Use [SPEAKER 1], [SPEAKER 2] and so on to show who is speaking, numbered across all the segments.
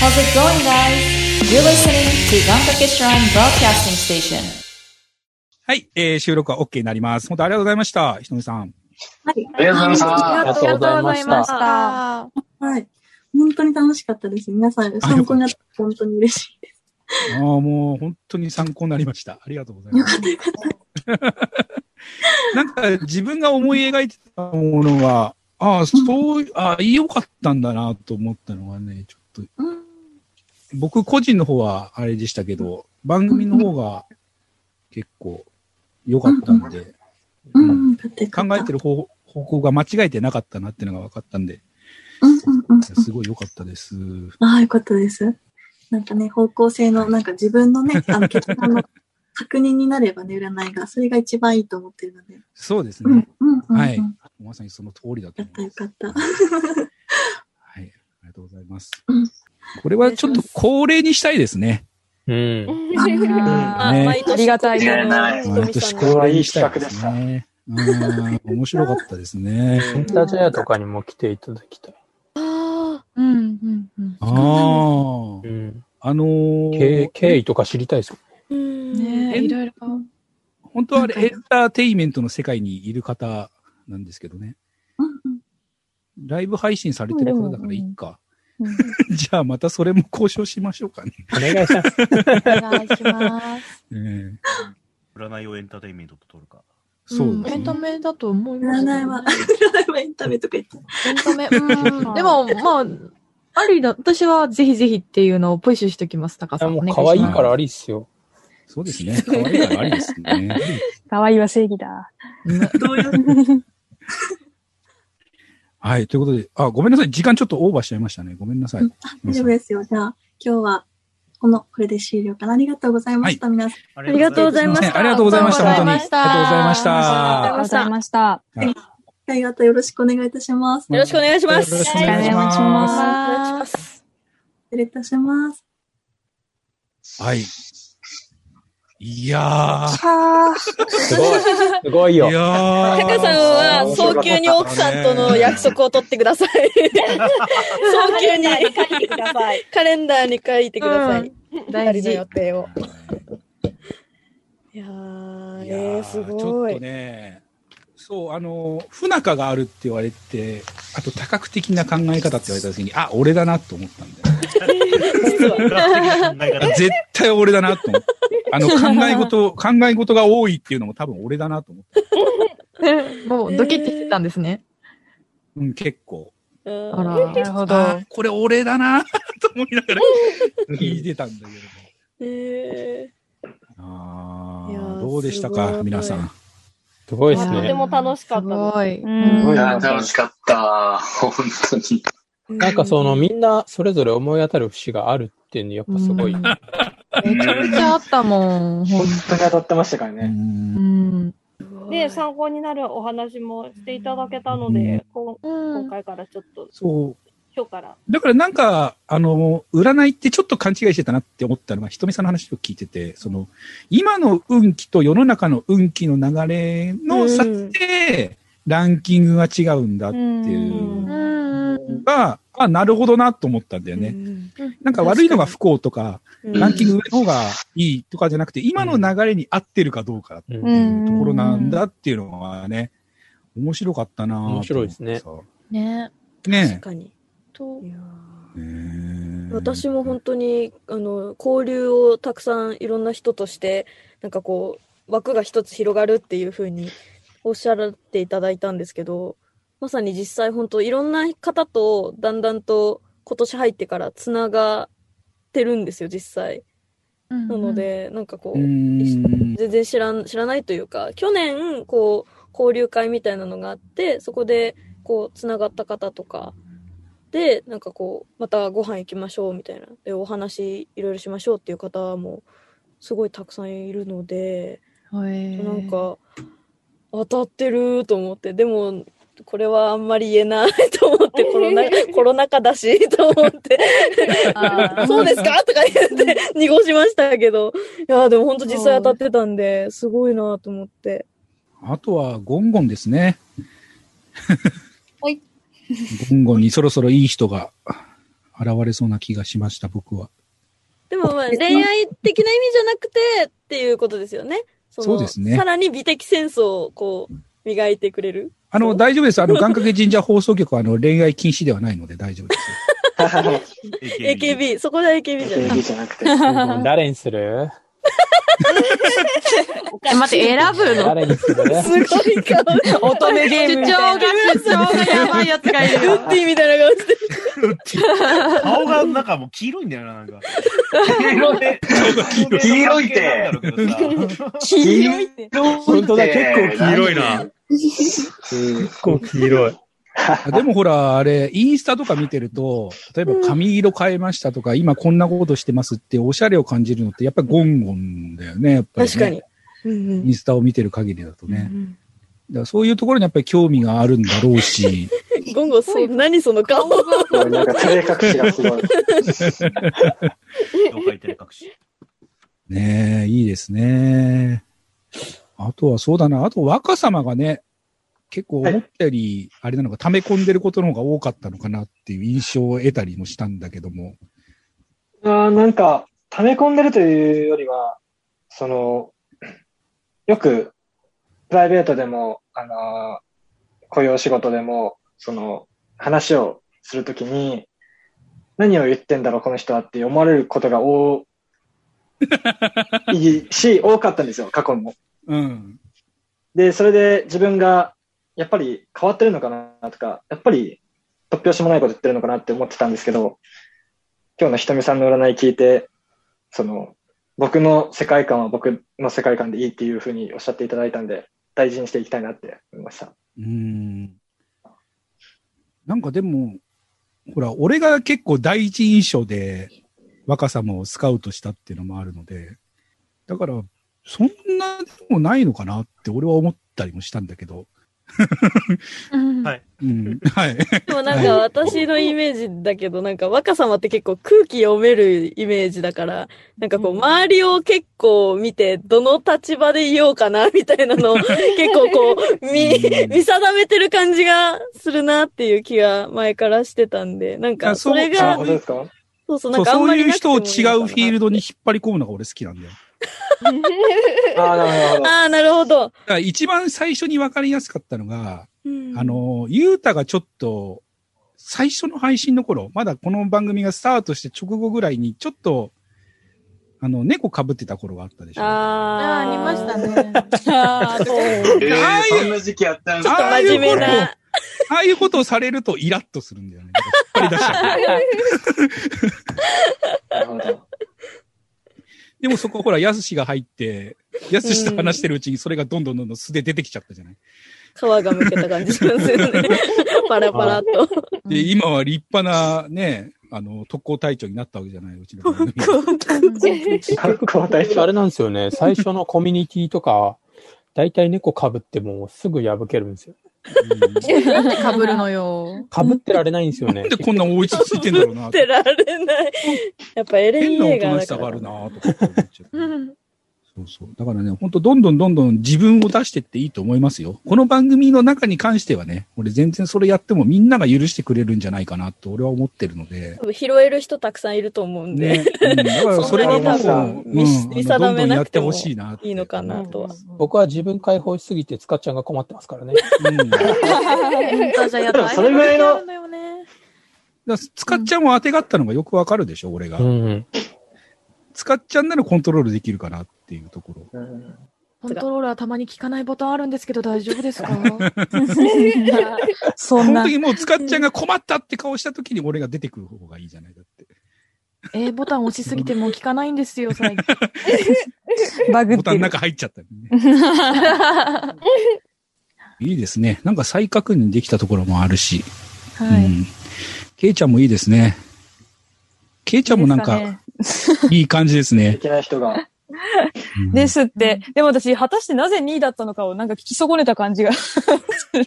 [SPEAKER 1] How's it going, guys? You're listening to Gankake Shrine Broadcasting Station.
[SPEAKER 2] はい、えー、収録は OK になります。本当ありがとうございました、ひとみさん。
[SPEAKER 3] ありがとうございました。
[SPEAKER 4] ありがと
[SPEAKER 5] ありが
[SPEAKER 4] うございました
[SPEAKER 5] とうございまし
[SPEAKER 6] はい。本当に楽しかったです。皆さん、参考になって本当に嬉しい。
[SPEAKER 2] ああ、もう本当に参考になりました。ありがとうございます。なんか自分が思い描いてたものは、ああ、そういう、ああ、良かったんだなと思ったのがね、ちょっと、僕個人の方はあれでしたけど、番組の方が結構良かったんで、
[SPEAKER 6] うんうん、だって
[SPEAKER 2] 考えて
[SPEAKER 6] る。
[SPEAKER 2] る方方向が間違えてなかったなっていうのが分かったんで、
[SPEAKER 6] うんうんうん。
[SPEAKER 2] すごい良かったです。
[SPEAKER 6] ああ、よかったです。なんかね、方向性の、なんか自分のね、あの、結果の確認になればね、占いが、それが一番いいと思ってるので。
[SPEAKER 2] そうです
[SPEAKER 6] うん
[SPEAKER 2] ね。
[SPEAKER 6] うんうんうん。
[SPEAKER 2] はい
[SPEAKER 6] よ
[SPEAKER 2] まさにその通りだ
[SPEAKER 6] か
[SPEAKER 2] と
[SPEAKER 6] っ
[SPEAKER 2] 思い
[SPEAKER 6] た
[SPEAKER 2] ま
[SPEAKER 6] よ
[SPEAKER 2] す。
[SPEAKER 6] かった。
[SPEAKER 2] はい。ありがとうございます
[SPEAKER 6] うん。
[SPEAKER 2] これはちょっと恒例にしたいですね。
[SPEAKER 3] うん。
[SPEAKER 5] た。
[SPEAKER 2] ね
[SPEAKER 5] 毎年ありがたい
[SPEAKER 3] 間違いない
[SPEAKER 5] ひと
[SPEAKER 2] 毎
[SPEAKER 5] み
[SPEAKER 2] 年
[SPEAKER 5] さんの
[SPEAKER 2] 恒例にしたいですね。うん面白かったですね。
[SPEAKER 3] インタジェアとかにも来ていただきたい。
[SPEAKER 5] あ
[SPEAKER 4] うんうんうん。
[SPEAKER 2] ああ。あ
[SPEAKER 3] うん。
[SPEAKER 2] の
[SPEAKER 3] 経
[SPEAKER 2] ー、
[SPEAKER 3] 経緯とか知りたいですよ。
[SPEAKER 5] ーうん
[SPEAKER 4] ねえ、いろいろ。
[SPEAKER 2] 本当はあれエンターテイメントの世界にいる方なんですけどね。
[SPEAKER 6] うんうん。
[SPEAKER 2] ライブ配信されてる方だからいいか。
[SPEAKER 5] うん
[SPEAKER 2] じゃあまたそれも交渉しましょうかね。
[SPEAKER 3] お願いします。
[SPEAKER 5] お願いします。
[SPEAKER 2] ええ
[SPEAKER 7] 占いをエンターテインメントと取るか。
[SPEAKER 2] そうで
[SPEAKER 5] エ
[SPEAKER 2] す
[SPEAKER 5] ン
[SPEAKER 2] ね
[SPEAKER 5] タ。メだと思います。
[SPEAKER 6] 占いは、 占いはエンタメとか言って。
[SPEAKER 5] エン タメ。うん。でも、まあ、ありだ。私はぜひぜひっていうのをプッシュしてきます、高
[SPEAKER 3] い
[SPEAKER 5] さ
[SPEAKER 3] や
[SPEAKER 5] ん。
[SPEAKER 3] も
[SPEAKER 5] お
[SPEAKER 3] う
[SPEAKER 5] 願いします
[SPEAKER 3] 可愛いからありっすよ。
[SPEAKER 2] そうですね。可愛いからありですね。
[SPEAKER 4] 可愛いは正義だ。
[SPEAKER 6] 同様に。
[SPEAKER 2] はい。ということで、あ、ごめんなさい。時間ちょっとオーバーしちゃいましたね。ごめんなさい。
[SPEAKER 6] 大丈夫ですよ。じゃあ、今日は、この、これで終了かな。ありがとうございました、皆さん。
[SPEAKER 7] あ
[SPEAKER 5] りがとうございました
[SPEAKER 2] すせんありがとうございました。本当に。ありがとうございまし
[SPEAKER 5] あ
[SPEAKER 2] た
[SPEAKER 5] り
[SPEAKER 4] ありが
[SPEAKER 5] がと
[SPEAKER 4] とう
[SPEAKER 5] う
[SPEAKER 4] ご
[SPEAKER 5] ご
[SPEAKER 4] ざ
[SPEAKER 5] ざ
[SPEAKER 4] い
[SPEAKER 5] い
[SPEAKER 4] ました。
[SPEAKER 6] 一回方よろしくお願いいたします。失
[SPEAKER 2] よろしくお
[SPEAKER 5] 願いし
[SPEAKER 2] ますよろしくお願いします
[SPEAKER 4] お
[SPEAKER 5] お願い
[SPEAKER 4] 願
[SPEAKER 5] し
[SPEAKER 4] いしま。
[SPEAKER 5] ますす。
[SPEAKER 6] 礼いたします。
[SPEAKER 2] はい。いやー。
[SPEAKER 3] すごい。すごい
[SPEAKER 2] い
[SPEAKER 3] よ。
[SPEAKER 2] やー。
[SPEAKER 8] タカさんは早急に奥さんとの約束を取ってください。早急 に
[SPEAKER 5] 書いてください。
[SPEAKER 8] カレンダーに書いてくださ
[SPEAKER 5] う
[SPEAKER 8] い。二
[SPEAKER 5] 大
[SPEAKER 8] 人の
[SPEAKER 5] 事
[SPEAKER 8] 予。定を。
[SPEAKER 2] い
[SPEAKER 8] いや
[SPEAKER 2] や
[SPEAKER 8] ー、ね、
[SPEAKER 2] ー
[SPEAKER 8] す
[SPEAKER 2] ちょ
[SPEAKER 8] ご
[SPEAKER 2] っ
[SPEAKER 8] い。
[SPEAKER 2] とね、そう、あの、不仲があるって言われて、あと多角的な考え方って言われた時に、あ、俺だなと思ったんだよね。
[SPEAKER 8] 実は。
[SPEAKER 7] 考え方
[SPEAKER 2] 絶対俺だなと思った。あの、考え事、考え事が多いっていうのも多分俺だなと思った。
[SPEAKER 5] もうドキッてしてたんですね。
[SPEAKER 2] うん、結構。
[SPEAKER 8] うん
[SPEAKER 5] あら。なるほ
[SPEAKER 2] あーこれ俺だな と思いながら聞いてたんだけども。
[SPEAKER 8] え
[SPEAKER 2] あ
[SPEAKER 8] いや
[SPEAKER 2] あ、
[SPEAKER 8] ー
[SPEAKER 2] どうでした
[SPEAKER 8] すご
[SPEAKER 2] か、
[SPEAKER 8] い
[SPEAKER 2] 皆さん。
[SPEAKER 3] すごい
[SPEAKER 8] ー
[SPEAKER 3] です
[SPEAKER 8] とて
[SPEAKER 3] ね。
[SPEAKER 8] も楽しかった
[SPEAKER 5] す
[SPEAKER 8] です
[SPEAKER 5] ごい。
[SPEAKER 4] うん
[SPEAKER 9] いや、楽しかった。本当に。
[SPEAKER 3] なんかその、みんなそれぞれ思い当たる節があるっていうのやっぱすごい。
[SPEAKER 5] うん
[SPEAKER 3] 本
[SPEAKER 5] めちゃめちゃあったもん。ほん
[SPEAKER 9] 当に当たってましたから
[SPEAKER 2] う。ん
[SPEAKER 5] うん。
[SPEAKER 8] で、参考になるお話もしていただけたので、こん今回からちょっと、
[SPEAKER 2] そ
[SPEAKER 8] 今日から。
[SPEAKER 2] う。だからなんか、あの、占いってちょっと勘違いしてたなって思ったのは、ひとみさんの話を聞いてて、その、今の運気と世の中の運気の流れの差で、ランキングが違うんだっていう
[SPEAKER 5] うん。
[SPEAKER 2] のが、あ、なるほどなと思ったんだよね。なんか悪いのが不幸とか、
[SPEAKER 8] うん
[SPEAKER 2] ランキング上の方がいいとかじゃなくて、今の流れに合ってるかどうか
[SPEAKER 3] う
[SPEAKER 2] と
[SPEAKER 4] ん
[SPEAKER 2] ころなんだっていうのはね、面白かったなぁ
[SPEAKER 3] 面白いですね
[SPEAKER 2] と思って
[SPEAKER 5] ね。
[SPEAKER 2] さ。ね
[SPEAKER 8] かに。といや
[SPEAKER 2] え。ねえ
[SPEAKER 8] 私も本当にあの交流をたくさんいろんな人としてなんかこう枠が一つ広がるっていう風におっしゃられていただいたんですけどまさに実際本当いろんな方とだんだんと今年入ってからつながってるんですよ実際
[SPEAKER 5] な
[SPEAKER 8] なの。でなんかこ
[SPEAKER 2] う
[SPEAKER 8] う
[SPEAKER 2] ーん
[SPEAKER 8] 全然知らん知らないというか去年こう交流会みたいなのがあってそこでこうつながった方とかでなんかこうまたご飯行きましょうみたいなでお話いろいろしましょうっていう方もすごいたくさんいるので、
[SPEAKER 5] はい。
[SPEAKER 8] なんか当たってると思ってでもこれはあんまり言えないと思ってコロナコロナ禍だしと思って
[SPEAKER 5] あー、
[SPEAKER 8] そうですかとか言って濁しましたけど、いやーでも本当実際当たってたんで、すごいなと思って。
[SPEAKER 2] あとは、ゴンゴンですね。
[SPEAKER 5] はい。
[SPEAKER 2] ゴンゴンにそろそろいい人が現れそうな気がしました、僕は。
[SPEAKER 8] でもまあ恋愛的な意味じゃなくてっていうことですよね。その
[SPEAKER 2] そうですね
[SPEAKER 8] さらに美的センスをこう磨いてくれる。
[SPEAKER 2] あの、大丈夫です。 あの、願掛け神社放送局は、あの、恋愛禁止ではないので大丈夫です。
[SPEAKER 8] AKB、そこで AKB じゃない。
[SPEAKER 9] AKB じゃなくて。
[SPEAKER 3] うん誰にする
[SPEAKER 5] え待って、選ぶの
[SPEAKER 3] 誰にする
[SPEAKER 8] すご い顔。
[SPEAKER 4] 乙女ゲーム
[SPEAKER 5] 主
[SPEAKER 4] み
[SPEAKER 5] 張が主
[SPEAKER 4] たいな。、
[SPEAKER 5] 張がやばいやつがいる
[SPEAKER 8] ル
[SPEAKER 5] よ。
[SPEAKER 8] ッティみたいな顔して。
[SPEAKER 7] 顔がなんかもう黄色いんだよな、なんか。黄色で。
[SPEAKER 9] 黄色いって
[SPEAKER 4] 黄色いって。
[SPEAKER 3] 本当だ結構黄
[SPEAKER 7] 色いな。
[SPEAKER 9] うん
[SPEAKER 3] 構黄色い。
[SPEAKER 2] あでもほら、あれ、インスタとか見てると、例えば髪色変えましたとか、今こんなことしてますって、おしゃれを感じるのって、やっぱりゴンゴンだよね、やっぱり、ね。
[SPEAKER 8] 確かに。。うんう
[SPEAKER 2] イ
[SPEAKER 8] ん
[SPEAKER 2] ンスタを見てる限りだと
[SPEAKER 8] う
[SPEAKER 2] ね。
[SPEAKER 8] ん
[SPEAKER 2] だからそういうところにやっぱり興味があるんだろうし、
[SPEAKER 8] うん。ゴンゴ、そう、何その顔。
[SPEAKER 9] なんか照れ隠しがすごい。
[SPEAKER 7] 妖怪照れ隠し。
[SPEAKER 2] ねえ、いいですね。あとはそうだな、あと若様がね、結構思ったより、あれなのか、溜め込んでることの方が多かったのかなっていう印象を得たりもしたんだけども。
[SPEAKER 9] あーなんか、溜め込んでるというよりは、その、よく、プライベートでも、あのーこういうお仕事でも、その、話をするときに、何を言ってんだろう、この人はって思われることが多いし、多かったんですよ、過去も。
[SPEAKER 2] うん。
[SPEAKER 9] で、それで自分が、やっぱり変わってるのかなとか、やっぱり突拍子もないこと言ってるのかなって思ってたんですけど、今日のひとみさんの占い聞いて、その、僕の世界観は僕の世界観でいいっていうふうにおっしゃっていただいたんで、大事にしていきたいなって思いました。
[SPEAKER 2] うん。なんかでも、ほら、俺が結構第一印象で若様をスカウトしたっていうのもあるので、だから、そんなでもないのかなって俺は思ったりもしたんだけど、
[SPEAKER 4] うん
[SPEAKER 7] はい
[SPEAKER 2] うん。はい。
[SPEAKER 8] でもなんか私のイメージだけど、なんか若様って結構空気読めるイメージだから、なんかこう周りを結構見て、どの立場でいようかな、みたいな のを結構こう、見、
[SPEAKER 2] うん
[SPEAKER 8] 見定めてる感じがするなっていう気が前からしてたんで、なん
[SPEAKER 2] いや
[SPEAKER 8] か
[SPEAKER 2] そう
[SPEAKER 8] それ
[SPEAKER 9] あ、
[SPEAKER 8] が
[SPEAKER 9] 本、当ですか
[SPEAKER 8] そうそう、な
[SPEAKER 2] そ
[SPEAKER 8] ん
[SPEAKER 2] う
[SPEAKER 8] かあん
[SPEAKER 2] そ
[SPEAKER 8] ま
[SPEAKER 2] う
[SPEAKER 8] り
[SPEAKER 2] いう
[SPEAKER 8] なくて
[SPEAKER 2] 人
[SPEAKER 8] も
[SPEAKER 2] を
[SPEAKER 8] い
[SPEAKER 2] 違
[SPEAKER 8] いのかな
[SPEAKER 2] うフィールドに引っ張り込むのが俺好きなんだよ。
[SPEAKER 9] あ、なるほど。
[SPEAKER 8] ああ、なるほど。
[SPEAKER 2] だから一番最初に分かりやすかったのが、
[SPEAKER 8] うん
[SPEAKER 2] あ、の、ゆうたがちょっと、最初の配信の頃、まだこの番組がスタートして直後ぐらいに、ちょっと、あの、猫被ってた頃があったでしょ。あ
[SPEAKER 8] ああ、
[SPEAKER 5] ね。
[SPEAKER 8] あーそう
[SPEAKER 9] え
[SPEAKER 2] ーそん
[SPEAKER 9] な時期あった
[SPEAKER 2] で
[SPEAKER 9] ん
[SPEAKER 2] すかああいう
[SPEAKER 8] 真面
[SPEAKER 2] こ
[SPEAKER 8] 目な。
[SPEAKER 2] あいうことをされるとイラッとするんだよね。引っ張り出しちゃう。
[SPEAKER 9] なるほど。
[SPEAKER 2] でもそこほら、やすしが入って、やすしと話してるうちにそれがどんどんどんどん素で出てきちゃったじゃない。
[SPEAKER 8] 皮がむけた感じします よね。パラパラっと。
[SPEAKER 2] で、今は立派なね、あの、特攻隊長になったわけじゃない、うちの番組は。
[SPEAKER 9] 格好大
[SPEAKER 3] あ
[SPEAKER 9] 丈
[SPEAKER 3] れなんですよね。最初のコミュニティとか、だいたい猫被ってもすぐ破けるんですよ。
[SPEAKER 2] うん
[SPEAKER 5] なんで被るのよ。
[SPEAKER 3] 被ってられないんですよね
[SPEAKER 2] なん。でこんな追いつついてんだろうな
[SPEAKER 8] っ。てられない。やっぱエレ
[SPEAKER 2] 変
[SPEAKER 8] ン・
[SPEAKER 2] な
[SPEAKER 8] イェ
[SPEAKER 2] 大
[SPEAKER 8] ーガー
[SPEAKER 2] 人
[SPEAKER 8] だ
[SPEAKER 2] しさが
[SPEAKER 8] か
[SPEAKER 2] ある
[SPEAKER 8] ら
[SPEAKER 2] な。ぁとか思っちゃう
[SPEAKER 5] うん。
[SPEAKER 2] そうそう。だからね、ほんとどんどんどんどん自分を出してっていいと思いますよ。この番組の中に関してはね、俺全然それやってもみんなが許してくれるんじゃないかなと俺は思ってるので。
[SPEAKER 8] 多分拾える人たくさんいると思うんで、
[SPEAKER 2] ね。うん、だからそれはも
[SPEAKER 9] そんな
[SPEAKER 2] う、
[SPEAKER 9] に
[SPEAKER 8] 見
[SPEAKER 2] うん
[SPEAKER 8] 見
[SPEAKER 2] あのど
[SPEAKER 8] 定
[SPEAKER 2] んど
[SPEAKER 8] め
[SPEAKER 2] んや
[SPEAKER 8] な
[SPEAKER 2] っ
[SPEAKER 8] く
[SPEAKER 2] て
[SPEAKER 8] て
[SPEAKER 2] ほ
[SPEAKER 8] も
[SPEAKER 2] しいな。
[SPEAKER 8] いいのかなとは。
[SPEAKER 3] 僕は自分解放しすぎて、つかちゃんが困ってますからね。
[SPEAKER 2] うん。だか
[SPEAKER 5] 本当じゃやっ
[SPEAKER 9] でもそれぐらいの
[SPEAKER 5] だよね。
[SPEAKER 2] らつかっちゃんを当てがったのがよくわかるでしょ、俺が。
[SPEAKER 3] うん。
[SPEAKER 2] つかっちゃんならコントロールできるかなっていうところ。
[SPEAKER 9] 夫。うん
[SPEAKER 5] コントローラーたまに効かないボタンあるんですけど大丈夫ですか そ
[SPEAKER 2] こ
[SPEAKER 5] ん
[SPEAKER 2] の
[SPEAKER 5] な
[SPEAKER 2] 時もうつかっちゃんが困ったって顔した時に俺が出てくる方がいいじゃないだって。
[SPEAKER 5] A ボタン押しすぎてもう効かないんですよ、最近。
[SPEAKER 4] バグっ
[SPEAKER 2] ボタン
[SPEAKER 4] て
[SPEAKER 2] の
[SPEAKER 4] る。
[SPEAKER 2] 中入っちゃった、ね。いいですね。なんか再確認できたところもあるし。
[SPEAKER 5] は
[SPEAKER 2] う
[SPEAKER 5] い。
[SPEAKER 2] ん。ケイちゃんもいいですね。ケイちゃんもなん
[SPEAKER 5] いいです
[SPEAKER 2] か、いい感じです
[SPEAKER 9] で
[SPEAKER 2] ね。
[SPEAKER 9] きない人が。
[SPEAKER 2] うん
[SPEAKER 4] ですって。でも私、果たしてなぜ2位だったのかをなんか聞き損ねた感じがす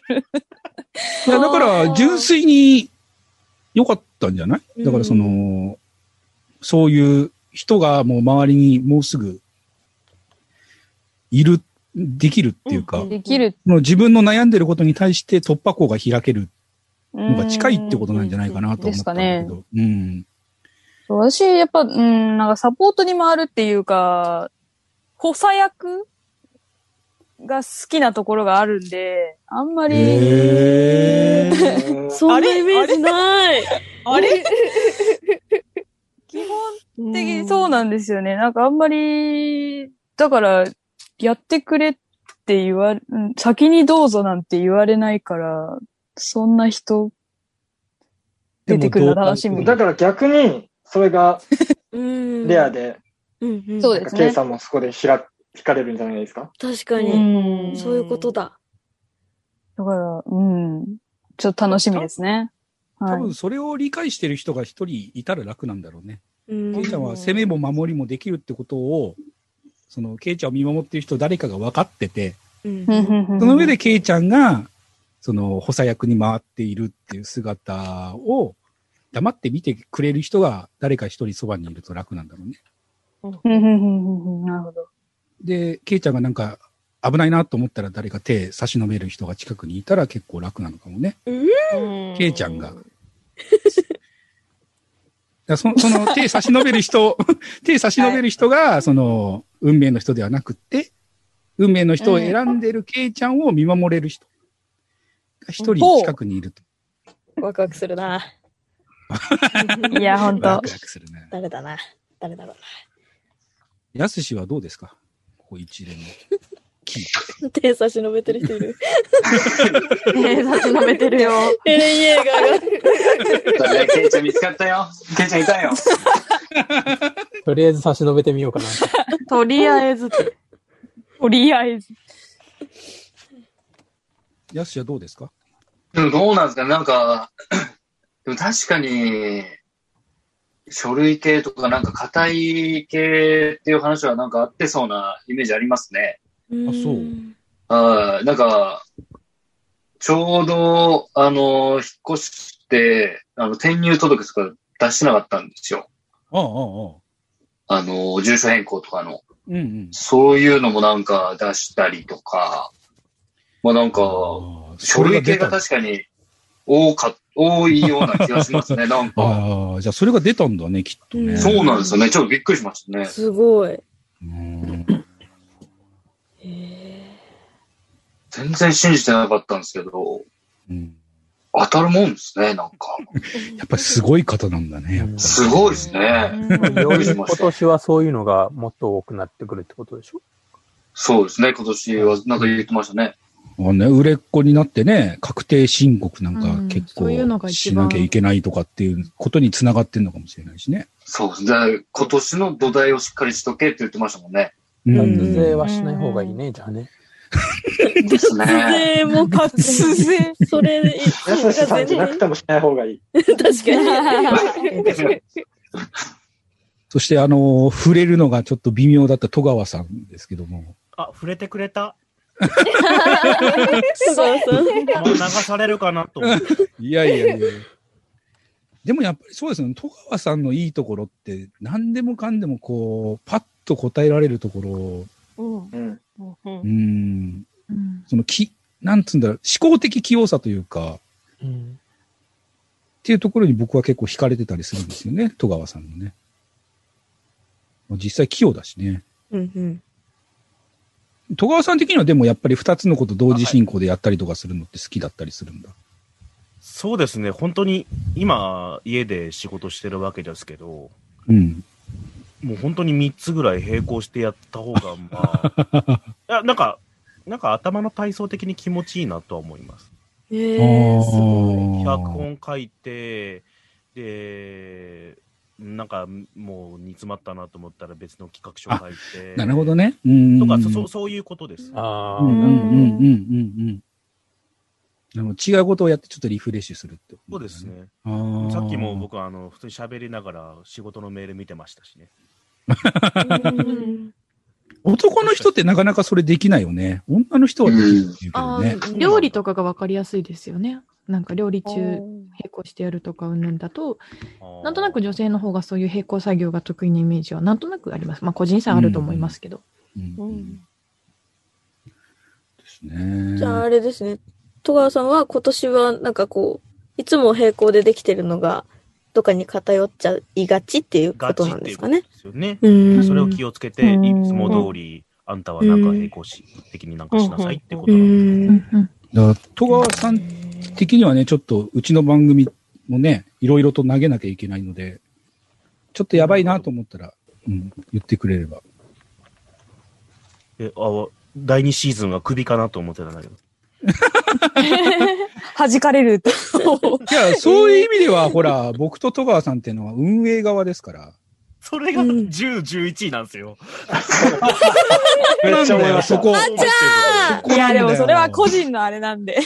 [SPEAKER 4] る。
[SPEAKER 2] いや、だから、純粋に良かったんじゃないだからその、
[SPEAKER 8] う
[SPEAKER 2] そういう人がもう周りにもうすぐ、いる、できるっていうか、
[SPEAKER 4] できる。
[SPEAKER 2] その自分の悩んでることに対して突破口が開けるの
[SPEAKER 4] な
[SPEAKER 2] が近いってことなんじゃないかなと思
[SPEAKER 4] で
[SPEAKER 2] っ
[SPEAKER 4] す
[SPEAKER 2] た
[SPEAKER 4] か
[SPEAKER 2] んだ
[SPEAKER 4] ね
[SPEAKER 2] け。ど。うん。
[SPEAKER 4] そう私、やっぱ、うん、なんかサポートに回るっていうか、補佐役が好きなところがあるんで、あんまり、
[SPEAKER 2] へー
[SPEAKER 8] そんなイメージない。
[SPEAKER 4] あれ基本的にそうなんですよね。なんかあんまり、だから、やってくれって言われ、うん先にどうぞなんて言われないから、そんな人、出てくるの楽しみ
[SPEAKER 9] だから逆に、それが
[SPEAKER 8] うん。
[SPEAKER 9] レアで、
[SPEAKER 8] うんうん。
[SPEAKER 4] そう
[SPEAKER 9] な
[SPEAKER 4] で
[SPEAKER 9] んか
[SPEAKER 4] す
[SPEAKER 9] K
[SPEAKER 4] ね
[SPEAKER 9] さ。んもそこでひら、惹かれるんじゃないですか
[SPEAKER 8] 確か
[SPEAKER 4] う
[SPEAKER 8] に。
[SPEAKER 4] ん
[SPEAKER 8] そういうことだ。
[SPEAKER 4] だから、うん。ちょっと楽しみですね。は
[SPEAKER 2] 多
[SPEAKER 4] い。
[SPEAKER 2] 分それを理解してる人が一人いたら楽なんだろうね。
[SPEAKER 8] うん
[SPEAKER 2] ケイちゃんは攻めも守りもできるってことを、そのケイちゃんを見守ってる人誰かが分かってて、
[SPEAKER 8] うん
[SPEAKER 2] その上
[SPEAKER 4] で、
[SPEAKER 2] でケイちゃんが、その補佐役に回っているっていう姿を黙って見てくれる人が誰か一人そばにいると楽なんだろうね。
[SPEAKER 4] うんうんうんうんなるほど。
[SPEAKER 2] で、ケイちゃんがなんか危ないなと思ったら誰か手差し伸べる人が近くにいたら結構楽なのかもね。ケイちゃんが。 だからそその手差し伸べる人、 手差し伸べる人が、その運命の人ではなくって、運命の人を選んでるケイちゃんを見守れる人が一人近くにいると。
[SPEAKER 8] ワクワクするな。
[SPEAKER 4] いや、ほん
[SPEAKER 2] ワ
[SPEAKER 4] と
[SPEAKER 2] ク。ワクするね。
[SPEAKER 8] 誰だな。誰だろ
[SPEAKER 2] やすしはどうですかここ一連の。聞いて
[SPEAKER 8] うな。手差し伸べてる人 いる。
[SPEAKER 5] ねえ、差し伸べてる よ。
[SPEAKER 8] エレン・イエーガーが。
[SPEAKER 9] ケイちゃん見つかったよ。ケイちゃんいたよ。
[SPEAKER 3] とりあえず差し伸べてみようかな。
[SPEAKER 5] とりあえずって。
[SPEAKER 4] とりあえず。
[SPEAKER 2] やすしはどうですか
[SPEAKER 10] でもどうなんですかねなんか、 でも確かに、書類系とかなんか硬い系っていう話はなんかあってそうなイメージありますね。
[SPEAKER 8] あ
[SPEAKER 2] そう
[SPEAKER 10] はい。なんか、ちょうど、あの、引っ越して、あの、転入届とか出してなかったんですよ。
[SPEAKER 2] ああ、ああ、ああ
[SPEAKER 10] あの、住所変更とかの。
[SPEAKER 2] うんうん。
[SPEAKER 10] そういうのもなんか出したりとか、まあなんか、
[SPEAKER 2] ああ
[SPEAKER 10] 書類系が確かに多か、多いような気がします ね、なんか。
[SPEAKER 2] ああ、じゃあそれが出たんだね、きっとね。
[SPEAKER 8] うん
[SPEAKER 10] そうなんですよね。ちょっとびっくりしましたね。
[SPEAKER 8] すごい。
[SPEAKER 2] うん。
[SPEAKER 10] 全然信じてなかったんですけど、
[SPEAKER 2] うん
[SPEAKER 10] 当たるもんですね、なんか。
[SPEAKER 2] やっぱりすごい方なんだね、やっぱり。
[SPEAKER 10] すごいですね。
[SPEAKER 3] より今年はそういうのがもっと多くなってくるってことでしょ
[SPEAKER 10] そうですね、今年は、なんか言ってましたね。
[SPEAKER 2] あね、売れっ子になってね、確定申告なん
[SPEAKER 5] うん
[SPEAKER 2] か結
[SPEAKER 5] そういうの
[SPEAKER 2] 構
[SPEAKER 5] が
[SPEAKER 2] し
[SPEAKER 5] 一
[SPEAKER 2] な
[SPEAKER 5] 番
[SPEAKER 2] きゃいけないとかっていうことにつながってんのかもしれないしね。
[SPEAKER 10] そうですね。だから今年の土台をしっかりしとけって言ってましたもんね。
[SPEAKER 2] う
[SPEAKER 3] 脱税
[SPEAKER 2] ん。
[SPEAKER 3] はしない方がいいね、じゃあね。
[SPEAKER 10] ですね。
[SPEAKER 8] で、もう確
[SPEAKER 4] 税。
[SPEAKER 8] それ、い
[SPEAKER 9] やすしさんじゃなくてもしない方がいい。
[SPEAKER 8] 確か
[SPEAKER 2] そして、あのー、触れるのがちょっと微妙だった戸川さんですけども。
[SPEAKER 7] あ、触れてくれた。
[SPEAKER 8] に。そうそう。
[SPEAKER 7] まあ流されるかなと思って。
[SPEAKER 2] いやいやいや。 でもやっぱりそうですよね。戸川さんのいいところって、何でもかんでもこう、パッと答えられるところ
[SPEAKER 9] うん。
[SPEAKER 2] うん。そのき、なんつうんだろう、思考的器用さというか、っ
[SPEAKER 3] うん。
[SPEAKER 2] ていうところに僕は結構惹かれてたりするんですよね、戸川さんのね。まあ実際器用だしね。
[SPEAKER 8] うんうん。
[SPEAKER 2] 戸川さん的にはでもやっぱり二つのこと同時進行でやったりとかするのって好きだったりするんだ。
[SPEAKER 7] そうですね、本当に今、家で仕事してるわけですけど、
[SPEAKER 2] うん。
[SPEAKER 7] もう本当に3つぐらい並行してやった方が、まあ、 いやなんか、なんか頭の体操的に気持ちいいなとは思います。
[SPEAKER 8] ええ
[SPEAKER 2] あー
[SPEAKER 8] すご
[SPEAKER 7] 脚本書いて、で、なんかもう煮詰まったなと思ったら別の企画書書いて、
[SPEAKER 2] なるほどね。うん。
[SPEAKER 7] とか、そそうそういうことです。
[SPEAKER 3] あ
[SPEAKER 2] う
[SPEAKER 3] あ、
[SPEAKER 2] んうんうんうんうんうん。あの違うことをやってちょっとリフレッシュするって
[SPEAKER 7] そ
[SPEAKER 2] こと
[SPEAKER 7] う
[SPEAKER 2] だ
[SPEAKER 7] です。ね。
[SPEAKER 2] あー
[SPEAKER 7] さっきも。僕はあの普通に喋りながら仕事のメール見てましたしね。
[SPEAKER 8] い。
[SPEAKER 2] 男の人ってなかなかそれできないよね。女の人はできるっていうけ
[SPEAKER 5] あ
[SPEAKER 2] どね。
[SPEAKER 5] あ、料理とかが分かりやすいですよね。なんか料理中、並行してやるとか、うんぬんだと、なんとなく女性の方がそういう並行作業が得意なイメージは、なんとなくあります。まあ、個人差あると思いますけど。
[SPEAKER 2] うん
[SPEAKER 8] う
[SPEAKER 2] うんんですね。
[SPEAKER 8] じゃああれですね。戸川さんは今年はなんかこう、いつも平行でできてるのが、とかに偏っちゃいがちっていうことなんですかね。
[SPEAKER 7] ですよね。
[SPEAKER 8] うん
[SPEAKER 7] それを気をつけて、い
[SPEAKER 8] うん
[SPEAKER 7] つも通り、あんたはなんか並行し、的になんかしなさいってこと
[SPEAKER 8] う
[SPEAKER 7] なの。
[SPEAKER 2] だ
[SPEAKER 8] ん。
[SPEAKER 2] から戸川さん的にはね、ちょっとうちの番組もね、いろいろと投げなきゃいけないので、ちょっとやばいなと思ったら、うん、言ってくれれば。
[SPEAKER 7] え、あ、第2シーズンは首かなと思ってたんだけど。
[SPEAKER 4] 弾かれる。
[SPEAKER 2] いや、そういう意味では、ほら、僕と戸川さんっていうのは運営側ですから。
[SPEAKER 7] それが10、11位なんですよ。
[SPEAKER 9] めっちゃ思いました
[SPEAKER 2] そこ。
[SPEAKER 4] いや、でもそれは個人のあれなんで。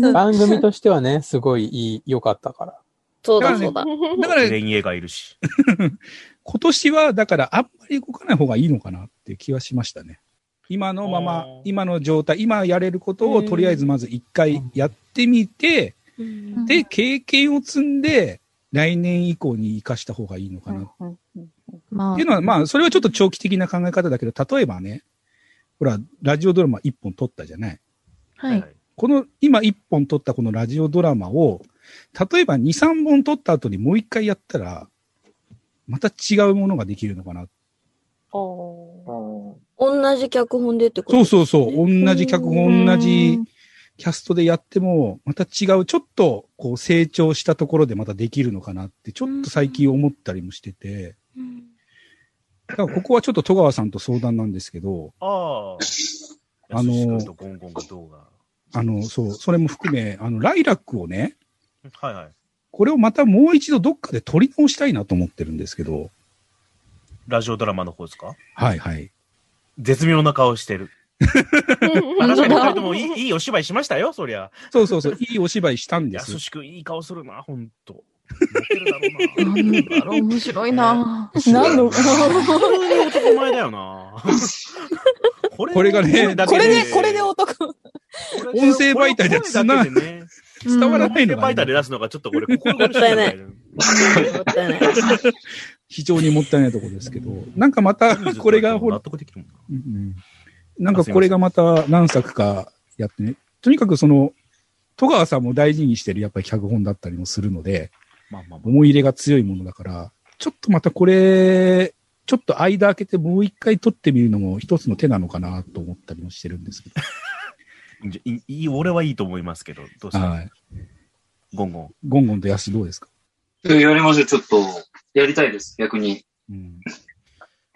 [SPEAKER 3] 番組としてはね、すごいいい、良かったから。
[SPEAKER 8] そう
[SPEAKER 2] だ
[SPEAKER 8] だ
[SPEAKER 2] そ
[SPEAKER 8] そううだ。
[SPEAKER 2] だから、
[SPEAKER 7] 全員絵がいるし。
[SPEAKER 2] 今年は、だから、あんまり動かない方がいいのかなっていう気はしましたね。今のまま
[SPEAKER 7] あー、
[SPEAKER 2] 今の状態、今やれることをとりあえずまず一回やってみて、で、経験を積んで、来年以降に活かした方がいいのかな。っ
[SPEAKER 5] まあ
[SPEAKER 2] ていう、のは、まあ、それはちょっと長期的な考え方だけど、例えばね、ほら、ラジオドラマ一本撮ったじゃない。
[SPEAKER 5] はい。
[SPEAKER 2] この、今一本撮ったこのラジオドラマを、例えば二、三本撮った後にもう一回やったら、また違うものができるのかな。
[SPEAKER 8] 同じ脚本でってこと
[SPEAKER 2] そうそうそう。同じ脚本、同じキャストでやっても、また違う、ちょっと、こう、成長したところでまたできるのかなって、ちょっと最近思ったりもしてて。だから、ここはちょっと戸川さんと相談なんですけど、
[SPEAKER 7] ああ。
[SPEAKER 2] あのー
[SPEAKER 7] 安志君とゴンゴンがどうが。
[SPEAKER 2] あの、そう、それも含め、あの、ライラックをね、
[SPEAKER 7] はいはい。
[SPEAKER 2] これをまたもう一度どっかで撮り直したいなと思ってるんですけど、
[SPEAKER 7] ラジオドラマの方ですか
[SPEAKER 2] はいはい。
[SPEAKER 7] 絶妙な顔してる。あ確かに二人ともいいいいお芝居しましたよ、そりゃ。
[SPEAKER 2] そう そうそう、いいお芝居したんです
[SPEAKER 7] 安。志君、いい顔するな、ほん と。モテるだろう
[SPEAKER 5] なんだろう、面白いなぁ。
[SPEAKER 4] 何の、
[SPEAKER 7] な。男前だよな。これ
[SPEAKER 2] これがね
[SPEAKER 7] だって
[SPEAKER 4] これで、これで男。
[SPEAKER 7] これ
[SPEAKER 2] 音声媒体では
[SPEAKER 7] これだけでね
[SPEAKER 2] 伝わら
[SPEAKER 7] 音
[SPEAKER 2] な
[SPEAKER 7] 声
[SPEAKER 2] い
[SPEAKER 7] 媒
[SPEAKER 2] のがね、
[SPEAKER 7] 体で出すのがちょっとこれ心苦しいんだよね。
[SPEAKER 8] もったいない。
[SPEAKER 2] 非常にもったいないところですけど、なんかまた、これがほら
[SPEAKER 7] 納、得できるもんな。
[SPEAKER 2] うんうんなんかこれがまた何作かやってね、とにかくその、戸川さんも大事にしてるやっぱり脚本だったりもするので、
[SPEAKER 7] まあまあまあ。
[SPEAKER 2] 思い入れが強いものだから、ちょっとまたこれ、ちょっと間開けてもう一回撮ってみるのも一つの手なのかなと思ったりもしてるんですけ
[SPEAKER 7] じゃいいい俺はいいと思いますけど、どうし
[SPEAKER 2] ど。
[SPEAKER 7] た
[SPEAKER 2] はい。
[SPEAKER 7] ゴンゴン。
[SPEAKER 2] ゴンゴンとヤスどうですか
[SPEAKER 10] やりましょう、ちょっと。やりたいです、逆に。
[SPEAKER 2] うん。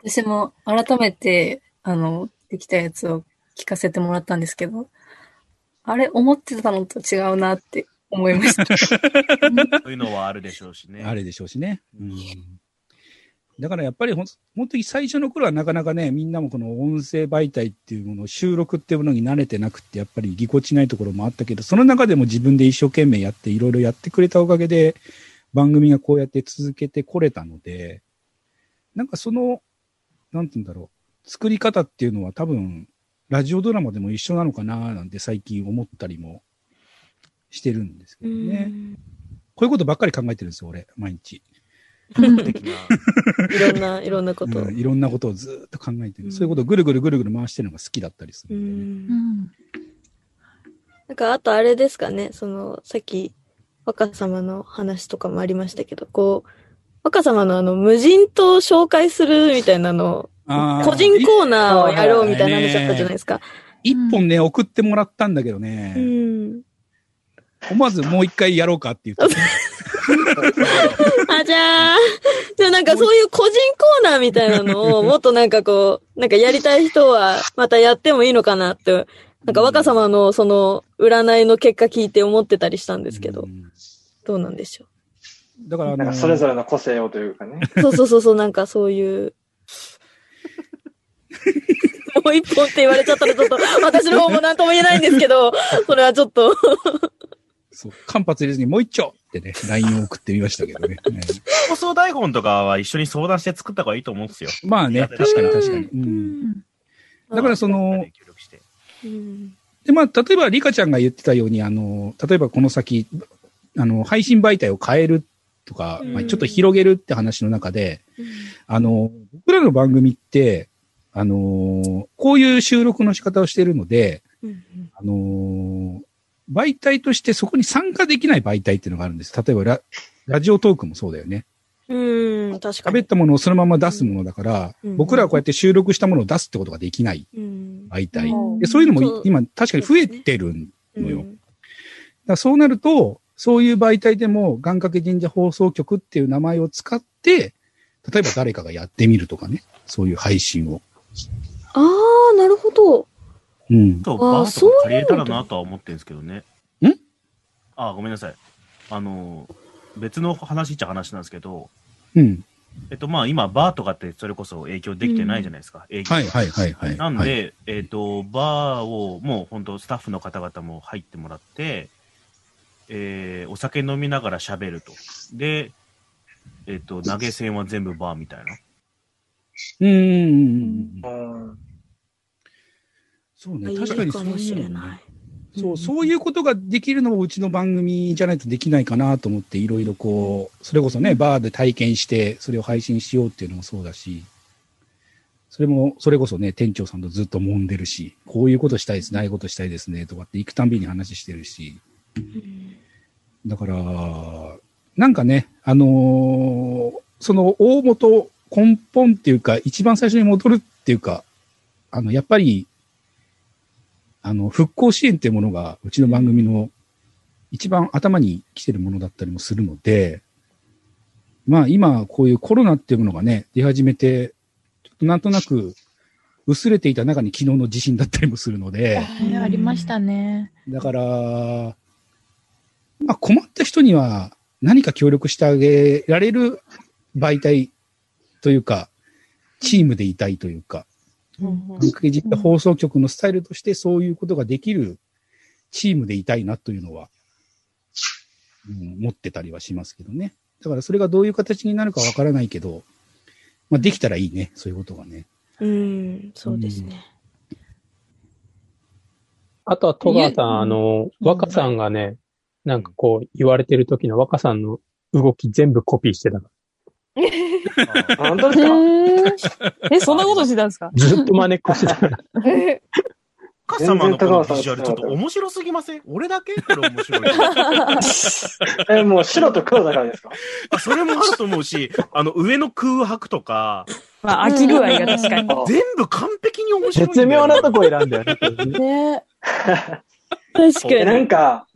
[SPEAKER 11] 私も改めて、あの、できたやつを聞かせてもらったんですけど、あれ、思ってたのと違うなって思いました。
[SPEAKER 7] というのはあるでしょうしね。
[SPEAKER 2] あれでしょうしね。うん。だからやっぱりほん本当に最初の頃はなかなかね、みんなもこの音声媒体っていうもの、収録っていうものに慣れてなくって、やっぱりぎこちないところもあったけど、その中でも自分で一生懸命やって、いろいろやってくれたおかげで、番組がこうやって続けてこれたので、なんかその、なんて言うんだろう、作り方っていうのは多分、ラジオドラマでも一緒なのかななんて最近思ったりもしてるんですけどね。こういうことばっかり考えてるんですよ、俺、毎日。
[SPEAKER 7] 的ない
[SPEAKER 8] ろんな、いろんなこと。
[SPEAKER 2] うんいろんなことをずーっと考えてる、
[SPEAKER 8] うん
[SPEAKER 2] そういうことをぐるぐるぐるぐる回してるのが好きだったりす
[SPEAKER 8] う
[SPEAKER 2] る、
[SPEAKER 8] ん
[SPEAKER 5] うん
[SPEAKER 8] なんか、あとあれですかね、その、さっき、若様の話とかもありましたけど、こう、若様のあの、無人島を紹介するみたいなの
[SPEAKER 2] あー
[SPEAKER 8] 個人コーナーをやろうみたいな話だったじゃないですか。
[SPEAKER 2] 一本ね、送ってもらったんだけどね、
[SPEAKER 8] うん。
[SPEAKER 2] 思わずもう一回やろうかって言って、
[SPEAKER 8] あ、じゃあ、じゃあなんかそういう個人コーナーみたいなのを、もっとなんかこう、なん かやりたい人は、またやってもいいのかなって、 なんか若様のその、占いの結果聞いて思ってたりしたんですけど
[SPEAKER 2] う、ん
[SPEAKER 8] どうなんでしょ
[SPEAKER 2] だからあ
[SPEAKER 9] な
[SPEAKER 2] の
[SPEAKER 9] んかそれぞれの個性をというかね。
[SPEAKER 8] う。そうそうそうそう、なんかそういう、 もう一本って言われちゃったらちょっと、私の方もなんとも言えないんですけど、それはちょっと、
[SPEAKER 2] そう間髪入れずにもう一丁ってね LINE を送ってみましたけど ね、ね
[SPEAKER 7] 放送台本とかは一緒に相談して作った方がいいと思うんですよ。
[SPEAKER 2] まあね確かに確かに、うんだからその
[SPEAKER 7] 協力して
[SPEAKER 8] うん、
[SPEAKER 2] でまあ例えばリカちゃんが言ってたようにあの例えばこの先あの配信媒体を変えるとか、まあ、ちょっと広げるって話の中で、あの、僕らの番組って、あのーこういう収録の仕方をしているので、あのー媒体としてそこに参加できない媒体っていうのがあるんです。例えばラ、ラジオトークもそうだよね。
[SPEAKER 8] うん、確か
[SPEAKER 2] 喋
[SPEAKER 8] に
[SPEAKER 2] っ。たものをそのまま出すものだから、
[SPEAKER 8] うん
[SPEAKER 2] 僕らはこうやって収録したものを出すってことができない
[SPEAKER 8] うん。
[SPEAKER 2] 媒体。
[SPEAKER 8] うん
[SPEAKER 2] でそういうのもい
[SPEAKER 8] そう
[SPEAKER 2] 今確かに増えてる
[SPEAKER 8] う
[SPEAKER 2] のよ。
[SPEAKER 8] ん
[SPEAKER 2] だからそうなると、そういう媒体でも、願掛け神社放送局っていう名前を使って、例えば誰かがやってみるとかね、そういう配信を。
[SPEAKER 8] ああ、なるほど。
[SPEAKER 2] うん。
[SPEAKER 7] そう、
[SPEAKER 8] あー
[SPEAKER 7] バーとか借りれた
[SPEAKER 8] そうい
[SPEAKER 7] ら
[SPEAKER 8] うの
[SPEAKER 7] なとは思ってるんですけどね。
[SPEAKER 2] ん
[SPEAKER 7] あー、ごめんなさい。あのー、別の話っちゃ話なんですけど、
[SPEAKER 2] うん。
[SPEAKER 7] えっと、まあ今、バーとかってそれこそ影響できてないじゃないですか。営業
[SPEAKER 2] はいはいはいはい。
[SPEAKER 7] なんで、
[SPEAKER 2] はい、
[SPEAKER 7] えっ、と、バーをもう本当スタッフの方々も入ってもらって、えーお酒飲みながら喋ると。で、えっ、と、投げ銭は全部バーみたいな。
[SPEAKER 2] うんうんうんうん。
[SPEAKER 9] うん
[SPEAKER 2] そう
[SPEAKER 8] あ
[SPEAKER 2] ね、
[SPEAKER 8] いい
[SPEAKER 2] 確かにそ
[SPEAKER 8] か
[SPEAKER 2] う
[SPEAKER 8] もし
[SPEAKER 2] い
[SPEAKER 8] れ
[SPEAKER 2] うのね
[SPEAKER 8] ない。
[SPEAKER 2] そう、そういうことができるのもうちの番組じゃないとできないかなと思って、いろいろこう、それこそね、バーで体験して、それを配信しようっていうのもそうだし、それも、それこそね、店長さんとずっと揉んでるし、こういうことしたいですね、ああいうことしたいですね、とかって行くたんびに話してるし、だから、なんかね、あのーその大元、根本っていうか、一番最初に戻るっていうか、あの、やっぱり、あの、復興支援っていうものが、うちの番組の一番頭に来てるものだったりもするので、まあ今、こういうコロナっていうものがね、出始めて、ちょっとなんとなく、薄れていた中に昨日の地震だったりもするので、
[SPEAKER 5] ねありましたね。
[SPEAKER 2] だから、まあ、困った人には何か協力してあげられる媒体というか、チームでいたいというか、関係実放送局のスタイルとしてそういうことができるチームでいたいなというのは、うん、持ってたりはしますけどね。だからそれがどういう形になるかわからないけど、まあ、できたらいいね、そういうことがね。
[SPEAKER 8] うん、そうですね。
[SPEAKER 3] あとは戸川さ
[SPEAKER 5] うん
[SPEAKER 3] ん、あの、若さんがね、なんかこう言われてる時の若さんの動き全部コピーしてたから。
[SPEAKER 9] あ本当ですか
[SPEAKER 4] え、そんなことしてたんですか
[SPEAKER 3] ずっと真似っこしてたから。
[SPEAKER 7] 深様のこのビジュアル
[SPEAKER 9] 全然高橋さん
[SPEAKER 7] ちょっと面白すぎません俺だけこれ面白い。
[SPEAKER 9] え、もう白と黒だからですか
[SPEAKER 7] あそれもあると思うし、あの、上の空白とか、
[SPEAKER 4] まあ、飽き具合が確かに。
[SPEAKER 7] 全部完璧に面白いんだ
[SPEAKER 3] 絶
[SPEAKER 7] よね。
[SPEAKER 3] 妙なとこ選んだよね。
[SPEAKER 8] ね
[SPEAKER 4] 確か
[SPEAKER 9] え、な
[SPEAKER 4] に。
[SPEAKER 9] んか、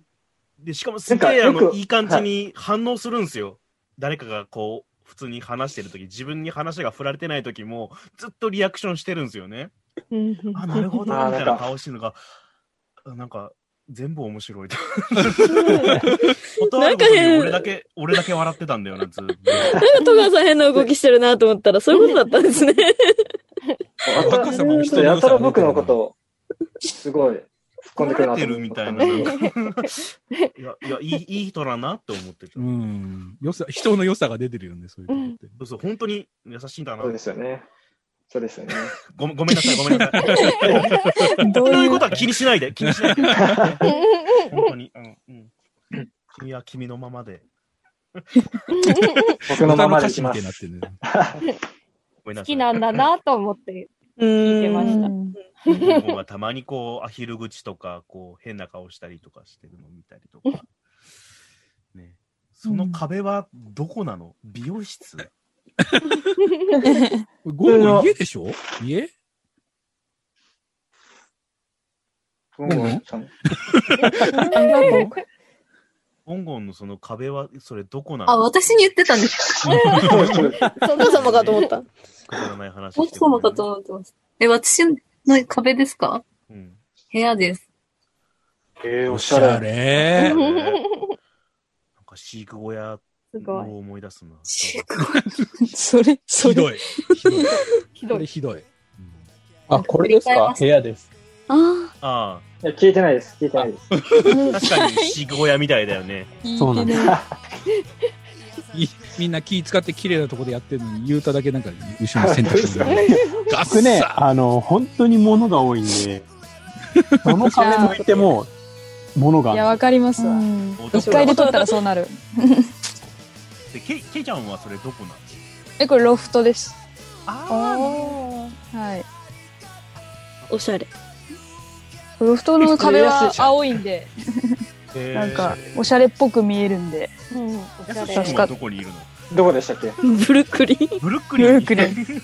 [SPEAKER 7] で、しかもすげえ、あ
[SPEAKER 9] なんかよ
[SPEAKER 7] の、
[SPEAKER 9] く
[SPEAKER 7] いい感じに反応するんですよ。誰かがこう、普通に話してるとき、自分に話が振られてないときも、ずっとリアクションしてるんですよね。
[SPEAKER 8] うんうん
[SPEAKER 7] あ、なるほど、み
[SPEAKER 9] あー
[SPEAKER 7] たいな
[SPEAKER 9] なんか
[SPEAKER 7] 顔してるのが、あなんか、全部面 白いと。断るごとに俺だけ、俺だけ笑ってたんだよな、ずっと。
[SPEAKER 8] 戸川さん変な動きしてるなと思ったら、そういうことだったんですね。
[SPEAKER 9] 若さもやたら僕のことを、すごい、突っ込んでくるな
[SPEAKER 7] てるみたいな。なんかいや、いや、いい、いい人だなって思ってた
[SPEAKER 2] う。ん。良さ、人の良さが出てるよね、そういうところって。
[SPEAKER 7] そうそう、本当に優しいんだな
[SPEAKER 9] そう。ですよね。そうですよね。
[SPEAKER 7] ごめんごめんなさい、ごめんなさい。
[SPEAKER 4] どう
[SPEAKER 7] そういう
[SPEAKER 4] い
[SPEAKER 7] こ
[SPEAKER 4] う
[SPEAKER 7] とは気にしないで、気にしないで。本当に、うん、うん。君は君のままで。
[SPEAKER 9] 僕のままでいきます。
[SPEAKER 2] 歌の歌詞みたいになってるね。
[SPEAKER 7] ごめんな
[SPEAKER 12] 好
[SPEAKER 7] さ
[SPEAKER 12] き
[SPEAKER 7] い。
[SPEAKER 12] なんだなと思って
[SPEAKER 8] うん。
[SPEAKER 12] 見てました。
[SPEAKER 7] 僕がたまにこう、アヒル口とか、こう、変な顔したりとかしてるのを見たりとか。ね。その壁はどこなの美容室
[SPEAKER 2] ゴーゴー家でしょ家
[SPEAKER 9] ゴンゴンさん
[SPEAKER 7] 香港のその壁は、それどこなの
[SPEAKER 11] あ、私に言ってたんですか
[SPEAKER 9] そうですそうです
[SPEAKER 8] お母様かと思った。
[SPEAKER 7] くだらない話
[SPEAKER 11] も
[SPEAKER 7] し
[SPEAKER 11] ってと
[SPEAKER 7] ご
[SPEAKER 11] の
[SPEAKER 7] めんね
[SPEAKER 11] かと思ってます。え、私の壁ですか
[SPEAKER 7] うん
[SPEAKER 11] 部屋です。
[SPEAKER 9] えー、おし
[SPEAKER 2] おし
[SPEAKER 9] ゃ
[SPEAKER 2] ゃ
[SPEAKER 9] れ。
[SPEAKER 2] れ
[SPEAKER 7] だねなんか飼育小屋
[SPEAKER 12] すごい。
[SPEAKER 7] を思い出すな。
[SPEAKER 4] それ、そ
[SPEAKER 2] ひ
[SPEAKER 4] れ。
[SPEAKER 2] どい。ひどい。
[SPEAKER 12] ひ
[SPEAKER 2] こ
[SPEAKER 12] ど
[SPEAKER 2] れ
[SPEAKER 12] い。
[SPEAKER 2] ひどい。
[SPEAKER 3] あ、これですか部屋です。
[SPEAKER 11] あ
[SPEAKER 7] あ
[SPEAKER 9] いや、聞いてないです。聞いてないです。
[SPEAKER 7] あ、確かに飼育小屋みたいだよね。
[SPEAKER 3] そうなんです。
[SPEAKER 2] いみんな気使って綺麗なとこでやってるのに、言うただけなんか後ろに 洗濯機が。ガ
[SPEAKER 3] 僕
[SPEAKER 2] ッ
[SPEAKER 3] ね、
[SPEAKER 2] サ
[SPEAKER 3] あの、本当に物が多いんで、どの壁向いても、物があ
[SPEAKER 4] い
[SPEAKER 3] る
[SPEAKER 4] や、わかりますわ。一回で撮ったらそうなる。
[SPEAKER 7] でけけいちゃんはそれどこなの
[SPEAKER 4] え、これロフトです。
[SPEAKER 7] あ
[SPEAKER 4] はい。
[SPEAKER 8] おしゃれ。
[SPEAKER 4] ロフトの壁は青いんで、なんか、おしゃれっぽく見えるんで。
[SPEAKER 7] 安
[SPEAKER 4] 助
[SPEAKER 7] さん
[SPEAKER 4] か
[SPEAKER 7] は
[SPEAKER 4] っ
[SPEAKER 7] どこにいるの
[SPEAKER 9] どこでしたっけ
[SPEAKER 4] ブルックリン。
[SPEAKER 7] ブルック
[SPEAKER 4] リン。ブルックリン。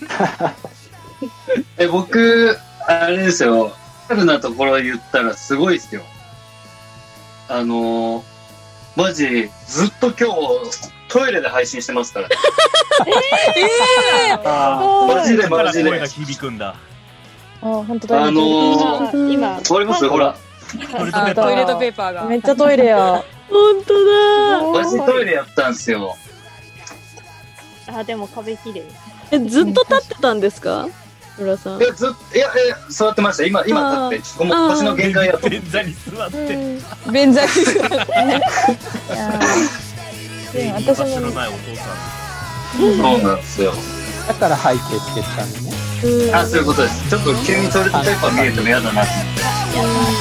[SPEAKER 10] え、僕、あれですよ。リアルなところ言ったらすごいですよ。あのー、マジ、ずっと今日、トイレで配信してますから。
[SPEAKER 7] え
[SPEAKER 10] あーマジでマジで
[SPEAKER 7] 声が響くんだ。
[SPEAKER 12] あ、本当だ。
[SPEAKER 10] あの
[SPEAKER 12] 今今
[SPEAKER 10] ー、通りますほら。
[SPEAKER 4] あトイレットペーパーが。
[SPEAKER 12] めっちゃトイレや。
[SPEAKER 8] 本当だ
[SPEAKER 10] マジトイレやったんですよ。
[SPEAKER 12] あ、でも壁綺麗。
[SPEAKER 8] え、ずっと立ってたんですか村さん。
[SPEAKER 10] え、ずっと、いや、え、座ってました。今、今立って、ちょっともう腰の限界やと思って。座って。
[SPEAKER 4] 便座に座って。
[SPEAKER 7] でも
[SPEAKER 4] 私も
[SPEAKER 7] 私のないお父さん。
[SPEAKER 10] そうなんですよ。
[SPEAKER 3] だから背景って言ったんでね。
[SPEAKER 10] あ、そういうことです。ちょっと急にトイレットペーパー見えても嫌だなと思って。
[SPEAKER 12] あ